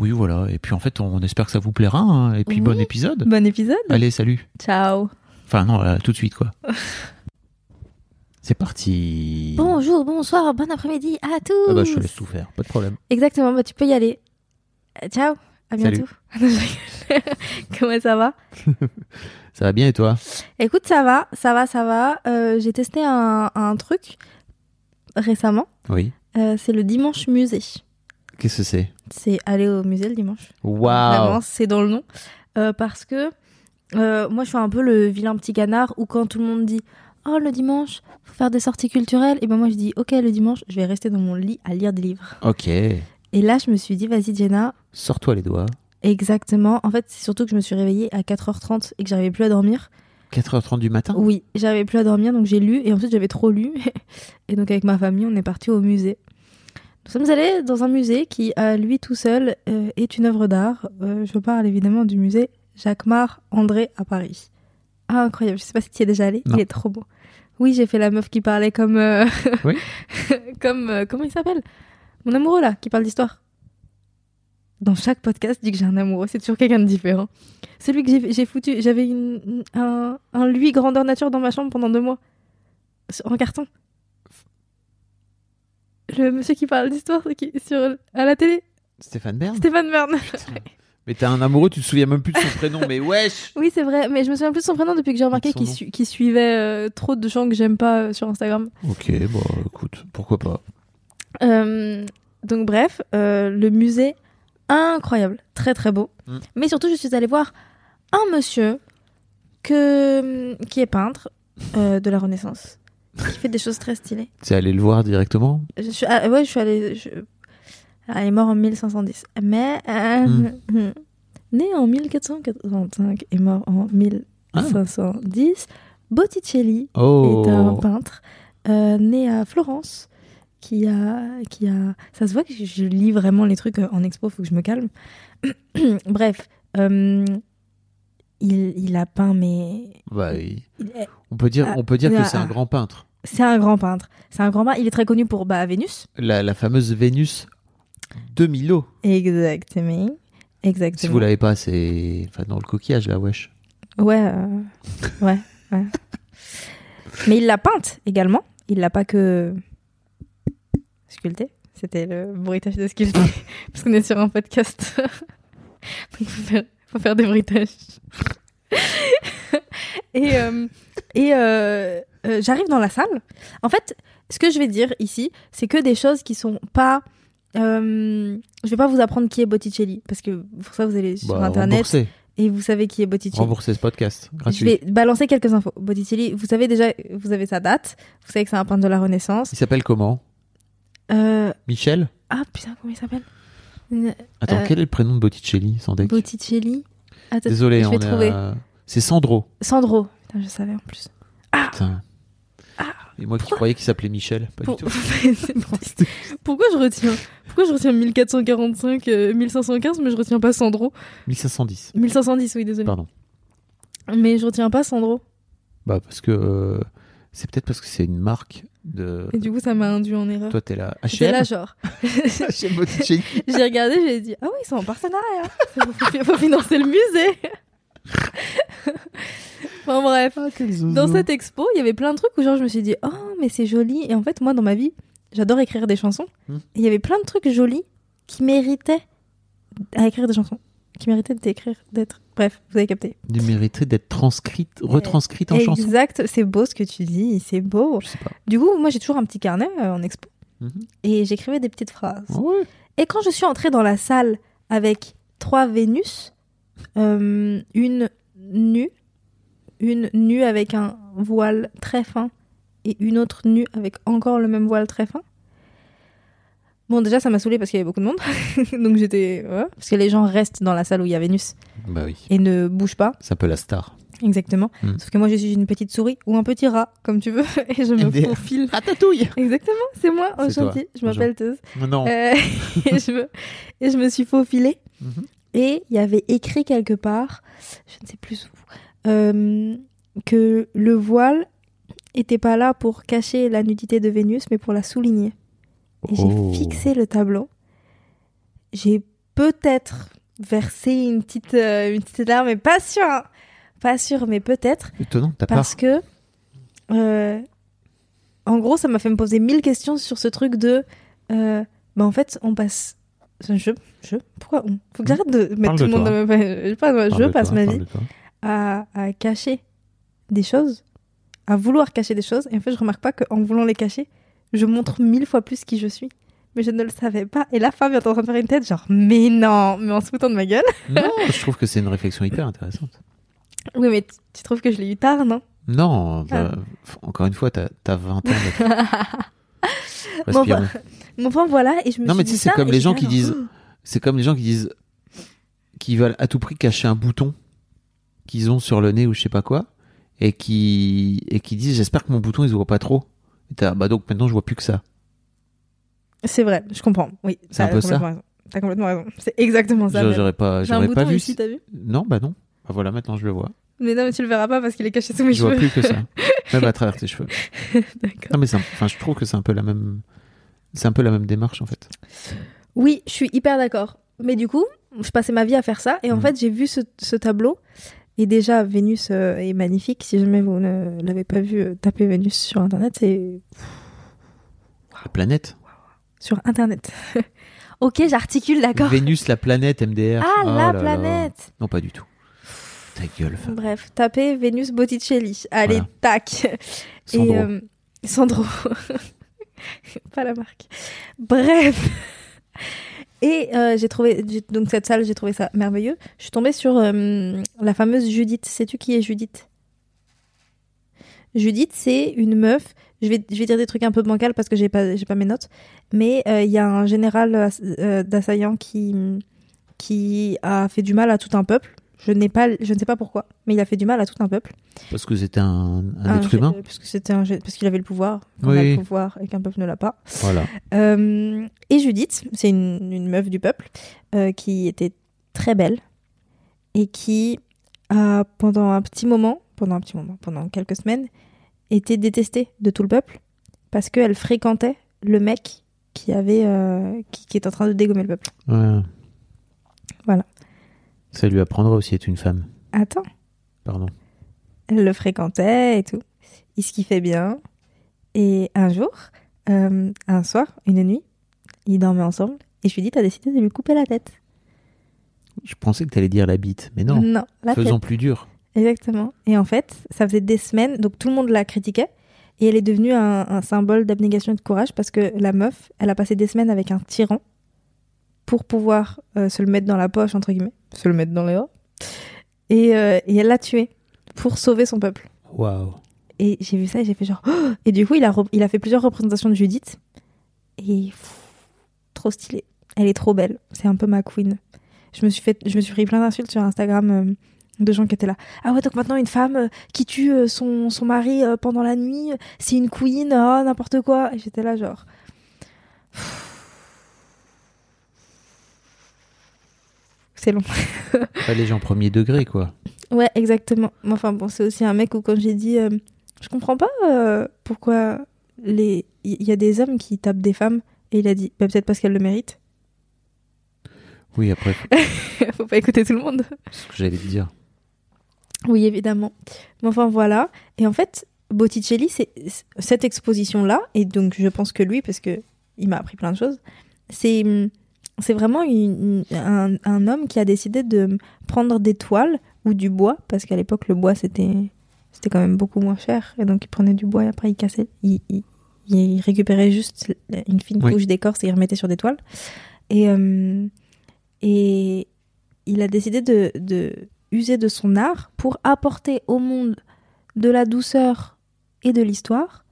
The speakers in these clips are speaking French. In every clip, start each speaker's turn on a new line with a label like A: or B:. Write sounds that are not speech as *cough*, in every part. A: Oui, voilà. Et puis en fait, on espère que ça vous plaira. hein. Et puis
B: Oui.
A: bon épisode.
B: Bon épisode.
A: Allez, salut.
B: Ciao.
A: Enfin non, euh, tout de suite
B: *laughs*
A: quoi. C'est parti.
B: Bonjour, bonsoir, bon après-midi à tous.
A: Ah bah je te laisse tout faire, pas de problème.
B: Exactement, bah, tu peux y aller. Euh, ciao, à bientôt. *laughs* Non, je rigole. Comment ça va
A: Ça va bien et toi
B: Écoute, ça va, ça va, ça va. Euh, J'ai testé un, un truc récemment.
A: Oui.
B: Euh, c'est le dimanche musée.
A: Qu'est-ce que c'est
B: C'est aller au musée le dimanche.
A: Waouh.
B: Vraiment, c'est dans le nom. Euh, parce que euh, moi, je suis un peu le vilain petit canard où quand tout le monde dit Oh, le dimanche, faut faire des sorties culturelles, et ben moi, je dis Ok, le dimanche, je vais rester dans mon lit à lire des livres.
A: Ok.
B: Et là, je me suis dit Vas-y, Jenna,
A: Sors-toi les doigts.
B: exactement. En fait, c'est surtout que je me suis réveillée à 4h30 et que j'arrivais plus à dormir.
A: 4h30 du matin
B: Oui, j'arrivais plus à dormir, donc j'ai lu, et ensuite, j'avais trop lu. *laughs* et donc, avec ma famille, on est parti au musée. Nous sommes allés dans un musée qui, à lui tout seul, euh, est une œuvre d'art. Euh, je parle évidemment du musée Jacquemart André à Paris. Ah, incroyable, je sais pas si tu y es déjà allé,
A: Non.
B: il est trop beau. Oui, j'ai fait la meuf qui parlait comme. euh, *laughs*
A: Oui.
B: comme. euh, comment il s'appelle Mon amoureux là, qui parle d'histoire. Dans chaque podcast, dit que j'ai un amoureux, c'est toujours quelqu'un de différent. Celui que j'ai- j'ai foutu, j'avais une- un, un lui grandeur nature dans ma chambre pendant deux mois. En carton le monsieur qui parle d'histoire qui- sur à la télé,
A: Stéphane Bern
B: Stéphane Bern.
A: Mais t'as un amoureux, tu te souviens même plus de son prénom, mais wesh
B: Oui, c'est vrai, mais je me souviens plus de son prénom depuis que j'ai remarqué
A: De son
B: qu'il
A: nom.
B: su- qu'il suivait euh, trop de gens que j'aime pas euh, sur Instagram.
A: Ok, bon, écoute, pourquoi pas.
B: Euh, donc bref, euh, le musée incroyable, très très beau.
A: Mm.
B: Mais surtout, je suis allée voir un monsieur que qui est peintre euh, de la Renaissance, qui fait des choses très stylées.
A: T'es allé le voir directement
B: Je suis, ah, ouais, je suis allée. je- Elle est morte en 1510. Mais. euh, hmm. *laughs* Né en 1485 et mort en 1510, Botticelli
A: Oh
B: est un peintre euh, né à Florence. Qui a, qui a. Ça se voit que je- je lis vraiment les trucs euh, en expo, faut que je me calme. *clears throat* Bref, euh, il, il a peint, mais.
A: Bah oui.
B: il est-
A: On peut dire,
B: Ah,
A: on peut dire que
B: ah,
A: c'est un
B: ah.
A: grand peintre.
B: C'est un grand peintre. C'est un grand peintre. Il est très connu pour bah, Vénus.
A: La, la fameuse Vénus de Milo.
B: Exactement. Exactement.
A: Si vous l'avez pas, c'est enfin, dans le coquillage, là, wesh.
B: Ouais, euh, ouais, ouais. Mais il l'a peinte également. Il l'a pas que sculptée. C'était le bruitage de sculpter. Parce qu'on est sur un podcast. *laughs* Donc faut faire, faut faire des bruitages. *laughs* et euh, et euh, euh, j'arrive dans la salle. En fait, ce que je vais dire ici, c'est que des choses qui sont pas. euh, je vais pas vous apprendre qui est Botticelli parce que pour ça vous allez sur
A: Bah,
B: internet
A: remboursez.
B: et vous savez qui est Botticelli.
A: Remboursez ce podcast.
B: Je
A: Gratuit.
B: vais balancer quelques infos. Botticelli, vous savez déjà, vous avez sa date, vous savez que c'est un peintre de la Renaissance.
A: Il s'appelle comment
B: Euh,
A: Michel
B: ah putain, comment il s'appelle Une-
A: Attends,
B: Euh,
A: quel est le prénom de Botticelli, sans deck
B: Botticelli. Attends,
A: Désolé,
B: je vais
A: on est
B: trouver.
A: à- C'est Sandro.
B: Sandro. Putain, je savais en plus. Ah.
A: Putain. Et moi qui croyais qu'il s'appelait Michel, pas
B: Pour-
A: du tout.
B: *laughs* Pourquoi je retiens Pourquoi je retiens 1445, euh, 1515, mais je retiens pas Sandro
A: 1510.
B: 1510, oui, désolé.
A: Pardon.
B: Mais je retiens pas Sandro.
A: Bah parce que euh, c'est peut-être parce que c'est une marque de.
B: Et du coup, ça m'a induit en erreur.
A: Toi t'es là.
B: J'étais
A: HM. *laughs*
B: là, genre.
A: HM Botticelli.
B: *laughs* J'ai regardé, j'ai dit, ah oui, ils sont en partenariat. *laughs* Faut, fi- faut financer le musée. *laughs* enfin bref, dans
A: Mhm.
B: cette expo, il y avait plein de trucs où genre je me suis dit, oh, mais c'est joli. Et en fait, moi, dans ma vie, j'adore écrire des chansons.
A: Hmm.
B: Et il y avait plein de trucs jolis qui méritaient à écrire des chansons. Qui méritaient d'écrire, d'être. Bref, vous avez capté.
A: Il mériterait d'être transcrite, retranscrite en chanson.
B: Exact, c'est beau ce que tu dis, c'est beau.
A: Je sais pas.
B: Du coup, moi, j'ai toujours un petit carnet euh, en expo.
A: Mhm.
B: Et j'écrivais des petites phrases.
A: Ouais.
B: Et quand je suis entrée dans la salle avec trois Vénus, euh, une nue, une nue avec un voile très fin et une autre nue avec encore le même voile très fin, Bon, déjà, ça m'a saoulé parce qu'il y avait beaucoup de monde. *laughs* Donc j'étais. ouais. Parce que les gens restent dans la salle où il y a Vénus
A: Bah oui.
B: et ne bougent pas.
A: C'est un peu la star.
B: Exactement.
A: Mm.
B: Sauf que moi, je suis une petite souris ou un petit rat, comme tu veux, *laughs* et je me
A: Des-
B: faufile.
A: Ratatouille
B: Exactement, c'est moi,
A: Eh C'est toi.
B: enchantée. Je m'appelle Teuse.
A: Non.
B: Euh, *laughs* et, je me, et je me suis faufilée.
A: Mhm.
B: Et il y avait écrit quelque part, je ne sais plus où, euh, que le voile était pas là pour cacher la nudité de Vénus, mais pour la souligner. Et
A: Oh.
B: j'ai fixé le tableau. J'ai peut-être versé une petite, euh, une petite larme, mais pas sûr. hein. Pas sûr, mais peut-être.
A: Étonnant de ta part.
B: Parce que, euh, en gros, ça m'a fait me poser mille questions sur ce truc de. euh, bah, en fait, on passe. Je. je pourquoi on Faut que j'arrête de mettre
A: Hmm. Parle
B: tout le
A: de
B: monde dans
A: toi.
B: le même panier. Je, sais pas, moi, je
A: Parle de
B: passe
A: toi,
B: ma
A: parle
B: vie
A: de toi.
B: à, à cacher des choses, à vouloir cacher des choses. Et en fait, je remarque pas qu'en voulant les cacher, je montre mille fois plus qui je suis. Mais je ne le savais pas. Et la femme est en train de faire une tête, genre, mais non, mais en se foutant de ma gueule. *laughs*
A: Non, je trouve que c'est une réflexion hyper intéressante.
B: Oui, mais tu, tu trouves que je l'ai eu tard, non
A: Non, bah,
B: Ah.
A: f- encore une fois, t'as as 20 ans.
B: *laughs*
A: Respirons.
B: Bon, bah, Mais enfin, voilà, et je me
A: Non,
B: suis
A: mais
B: dit
A: tu sais, c'est
B: ça, hein.
A: comme
B: et
A: les
B: j'ai
A: gens
B: dit,
A: qui
B: alors,
A: disent. C'est comme les gens qui disent. qui veulent à tout prix cacher un bouton qu'ils ont sur le nez ou je sais pas quoi. Et qui, et qui disent J'espère que mon bouton, ils se voient pas trop. Et t'as, bah donc maintenant, je vois plus que ça.
B: C'est vrai, je comprends. Oui,
A: C'est un
B: t'as
A: peu ça.
B: complètement raison. T'as complètement raison. C'est exactement ça.
A: Je-
B: même.
A: J'aurais pas,
B: J'ai un
A: j'aurais
B: bouton
A: pas vu.
B: ici,
A: si-
B: t'as vu
A: Non, bah non. Bah voilà, maintenant, je le vois.
B: Mais non, mais tu le verras pas parce qu'il est caché sous mes
A: je vois
B: cheveux.
A: plus que
B: *laughs*
A: ça. Même à travers tes cheveux.
B: D'accord.
A: Non, mais c'est un- enfin, je trouve que c'est un peu la même. C'est un peu la même démarche en fait.
B: Oui, je suis hyper d'accord. Mais du coup, je passais ma vie à faire ça. Et en
A: Mhm.
B: fait, j'ai vu ce, ce tableau. Et déjà, Vénus euh, est magnifique. Si jamais vous ne l'avez pas vu, euh, tapez Vénus sur Internet. C'est
A: La planète.
B: sur Internet. *laughs* ok, j'articule, d'accord.
A: Vénus, la planète MDR.
B: Ah,
A: Oh
B: la
A: là là.
B: planète
A: Non, pas du tout. Ta gueule, femme.
B: Bref, tapez Vénus Botticelli. Allez,
A: Voilà.
B: tac
A: Sans
B: Et,
A: droit.
B: euh, Sandro. *laughs* pas la marque. Bref. Et euh, j'ai trouvé, j'ai- donc cette salle, j'ai trouvé ça merveilleux. Je suis tombée sur euh, la fameuse Judith. Sais-tu qui est Judith Judith, c'est une meuf. Je vais, je vais dire des trucs un peu bancals parce que j'ai pas, j'ai pas mes notes. Mais euh, il y a un général euh, ass- euh, d'assaillant qui, qui a fait du mal à tout un peuple. Je, n'ai pas, je ne sais pas pourquoi, mais il a fait du mal à tout un peuple.
A: Parce que c'était un, un
B: Un
A: être
B: gé-
A: humain.
B: euh, parce que c'était un gé- parce qu'il avait le pouvoir, qu'on
A: Oui.
B: a le pouvoir et qu'un peuple ne l'a pas.
A: Voilà.
B: Euh, et Judith, c'est une, une meuf du peuple euh, qui était très belle et qui a pendant un petit moment, pendant un petit moment, pendant quelques semaines, était détestée de tout le peuple parce qu'elle fréquentait le mec qui avait euh, qui, qui est en train de dégommer le peuple.
A: Ouais.
B: Voilà.
A: Ça lui apprendra aussi à être une femme.
B: Attends.
A: Pardon.
B: Elle le fréquentait et tout. Il se kiffait bien. Et un jour, euh, un soir, une nuit, ils dormaient ensemble. Et je lui dis, t'as décidé de lui couper la tête.
A: Je pensais que t'allais dire la bite, mais non.
B: Mm. la
A: Faisons
B: tête.
A: plus dur.
B: Exactement. Et en fait, ça faisait des semaines, donc tout le monde la critiquait. Et elle est devenue un, un symbole d'abnégation et de courage parce que la meuf, elle a passé des semaines avec un tyran pour pouvoir euh, se le mettre dans la poche, entre guillemets, se le mettre dans les bras. Et, euh, et elle l'a tué pour sauver son peuple.
A: Waouh.
B: Et j'ai vu ça et j'ai fait genre. Oh et du coup, il a, rep- il a fait plusieurs représentations de Judith. Et pff, trop stylé. Elle est trop belle. C'est un peu ma queen. Je me suis, fait, je me suis pris plein d'insultes sur Instagram euh, de gens qui étaient là. Ah ouais, donc maintenant, une femme euh, qui tue euh, son, son mari euh, pendant la nuit, euh, c'est une queen, ah, n'importe quoi. Et j'étais là genre. C'est long.
A: Pas les gens premier degré, quoi.
B: Ouais, exactement. Mais Enfin bon, c'est aussi un mec où quand j'ai dit, euh, je comprends pas euh, pourquoi les, il y a des hommes qui tapent des femmes, et il a dit, bah, peut-être parce qu'elles le méritent. *laughs*
A: Oui, après,
B: Faut pas écouter tout le monde.
A: c'est ce que j'allais te dire.
B: Oui, évidemment. Mais enfin voilà. Et en fait, Botticelli, c'est c'est- cette exposition-là, et donc je pense que lui, parce que il m'a appris plein de choses, c'est hum, c'est vraiment une- une- un, un homme qui a décidé de prendre des toiles ou du bois, parce qu'à l'époque le bois c'était c'était quand même beaucoup moins cher, et donc il prenait du bois et après il cassait, il, il- il récupérait juste une fine
A: Oui.
B: couche d'écorce et il remettait sur des toiles. Et hum, et il a décidé de, de user de son art pour apporter au monde de la douceur et de l'histoire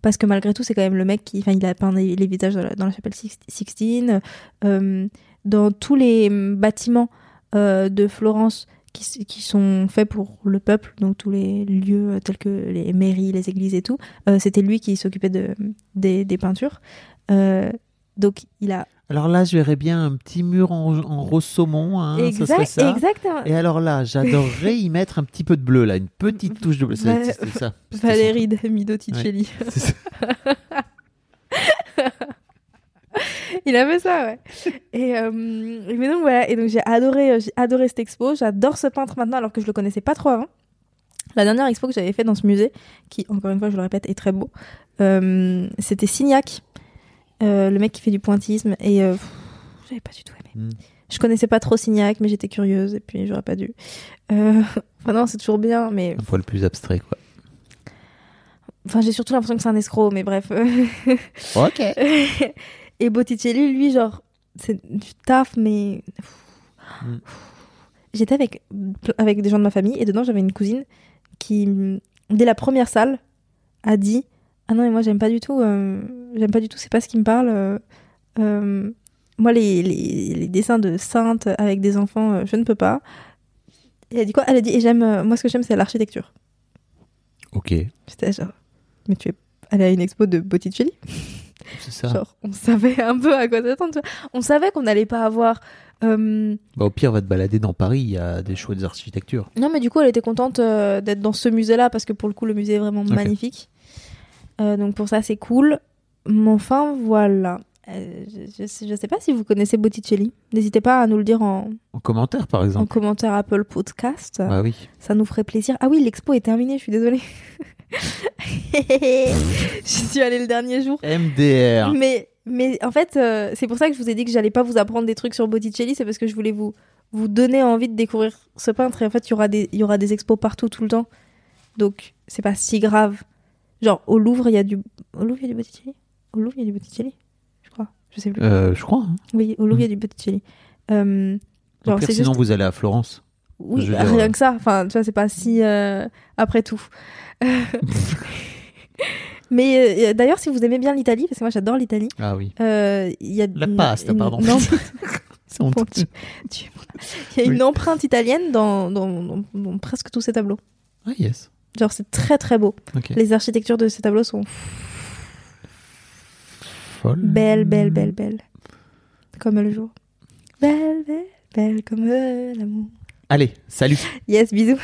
B: Parce que malgré tout, c'est quand même le mec qui. Enfin, il a peint les, les visages dans la, dans la chapelle Six- Sixtine. euh, dans tous les hum, bâtiments euh, de Florence qui, s- qui sont faits pour le peuple, donc tous les lieux euh, tels que les mairies, les églises et tout, euh, c'était lui qui s'occupait de, des, des peintures. Euh, donc il a.
A: Alors là, je verrais bien un petit mur en, en rose saumon, hein, ça serait
B: Exact-
A: ça.
B: exactement.
A: Et alors là, j'adorerais y mettre un petit peu de bleu, là, une petite touche de bleu.
B: Va-
A: C'est c'est ça. C'était
B: Valérie Damido Ticelli.
A: son- c'est ça.
B: Il a fait ça, ouais. Et, euh, mais donc voilà, et donc j'ai adoré, euh, j'ai adoré cette expo. J'adore ce peintre maintenant, alors que je le connaissais pas trop avant. La dernière expo que j'avais fait dans ce musée, qui encore une fois, je le répète, est très beau, euh, c'était Signac, euh, le mec qui fait du pointillisme. Et euh, pff, j'avais pas du tout aimé.
A: Mm.
B: Je connaissais pas trop Signac, mais j'étais curieuse et puis j'aurais pas dû. Euh, *laughs* enfin non, c'est toujours bien, mais
A: Un poil plus abstrait, quoi.
B: enfin j'ai surtout l'impression que c'est un escroc. Mais bref. *laughs*
A: Ok.
B: et Botticelli, lui, genre, c'est du taf, mais.
A: Mm.
B: J'étais avec, avec des gens de ma famille et dedans, j'avais une cousine qui, dès la première salle, a dit Ah non, mais moi, j'aime pas du tout, euh, j'aime pas du tout, c'est pas ce qui me parle. euh, euh, moi, les, les, les dessins de saintes avec des enfants, euh, je ne peux pas. Et elle a dit quoi Elle a dit Et j'aime, euh, moi, ce que j'aime, c'est l'architecture.
A: Ok.
B: J'étais genre, mais tu es allée à une expo de Botticelli
A: C'est ça.
B: Genre, on savait un peu à quoi s'attendre. tu vois. On savait qu'on n'allait pas avoir. euh,
A: Bah, au pire, va te balader dans Paris, il y a des chouettes architectures.
B: Non, mais du coup, elle était contente euh, d'être dans ce musée-là parce que pour le coup, le musée est vraiment
A: Ok.
B: magnifique. Euh, donc pour ça, c'est cool. Mais enfin, voilà. Euh, je, je, je sais pas si vous connaissez Botticelli. N'hésitez pas à nous le dire en,
A: En commentaire, par
B: en
A: exemple.
B: commentaire Apple Podcast.
A: Bah oui.
B: Ça nous ferait plaisir. Ah oui, l'expo est terminée, je suis désolée. *laughs* je suis allée le dernier jour.
A: MDR.
B: Mais, mais en fait, euh, c'est pour ça que je vous ai dit que j'allais pas vous apprendre des trucs sur Botticelli, c'est parce que je voulais vous, vous donner envie de découvrir ce peintre. Et en fait, il y, aura des- il y aura des expos partout, tout le temps. Donc, c'est pas si grave. Genre, au Louvre, il y a du. Au Louvre, il y a du Botticelli Au Louvre, il y a du Botticelli Je crois. Je sais plus.
A: Euh, je crois. hein.
B: Oui, au Louvre, il y a du Botticelli. Euh,
A: Au
B: genre,
A: pire,
B: c'est
A: sinon,
B: juste.
A: vous allez à Florence.
B: Oui,
A: je veux
B: bah,
A: dire,
B: rien
A: euh,
B: que ça. Enfin, tu vois, c'est pas si. euh,
A: *laughs*
B: Après tout. *laughs* Mais euh, d'ailleurs, si vous aimez bien l'Italie, parce que moi, j'adore l'Italie.
A: Ah oui.
B: Euh, il y a
A: La
B: une-
A: pasta,
B: une-
A: pardon. *laughs*
B: non,
A: C'est honteux.
B: tu- tu- il y a
A: Oui.
B: une empreinte italienne dans, dans- dans- dans presque tous ces tableaux.
A: Ah yes.
B: Genre, c'est très très beau.
A: Ok.
B: Les architectures de ces tableaux sont
A: Folle.
B: belles,
A: Hmm.
B: belles, belles, belles. Comme le jour. Belle, belle, belle comme euh, l'amour.
A: Allez, salut.
B: Yes, bisous.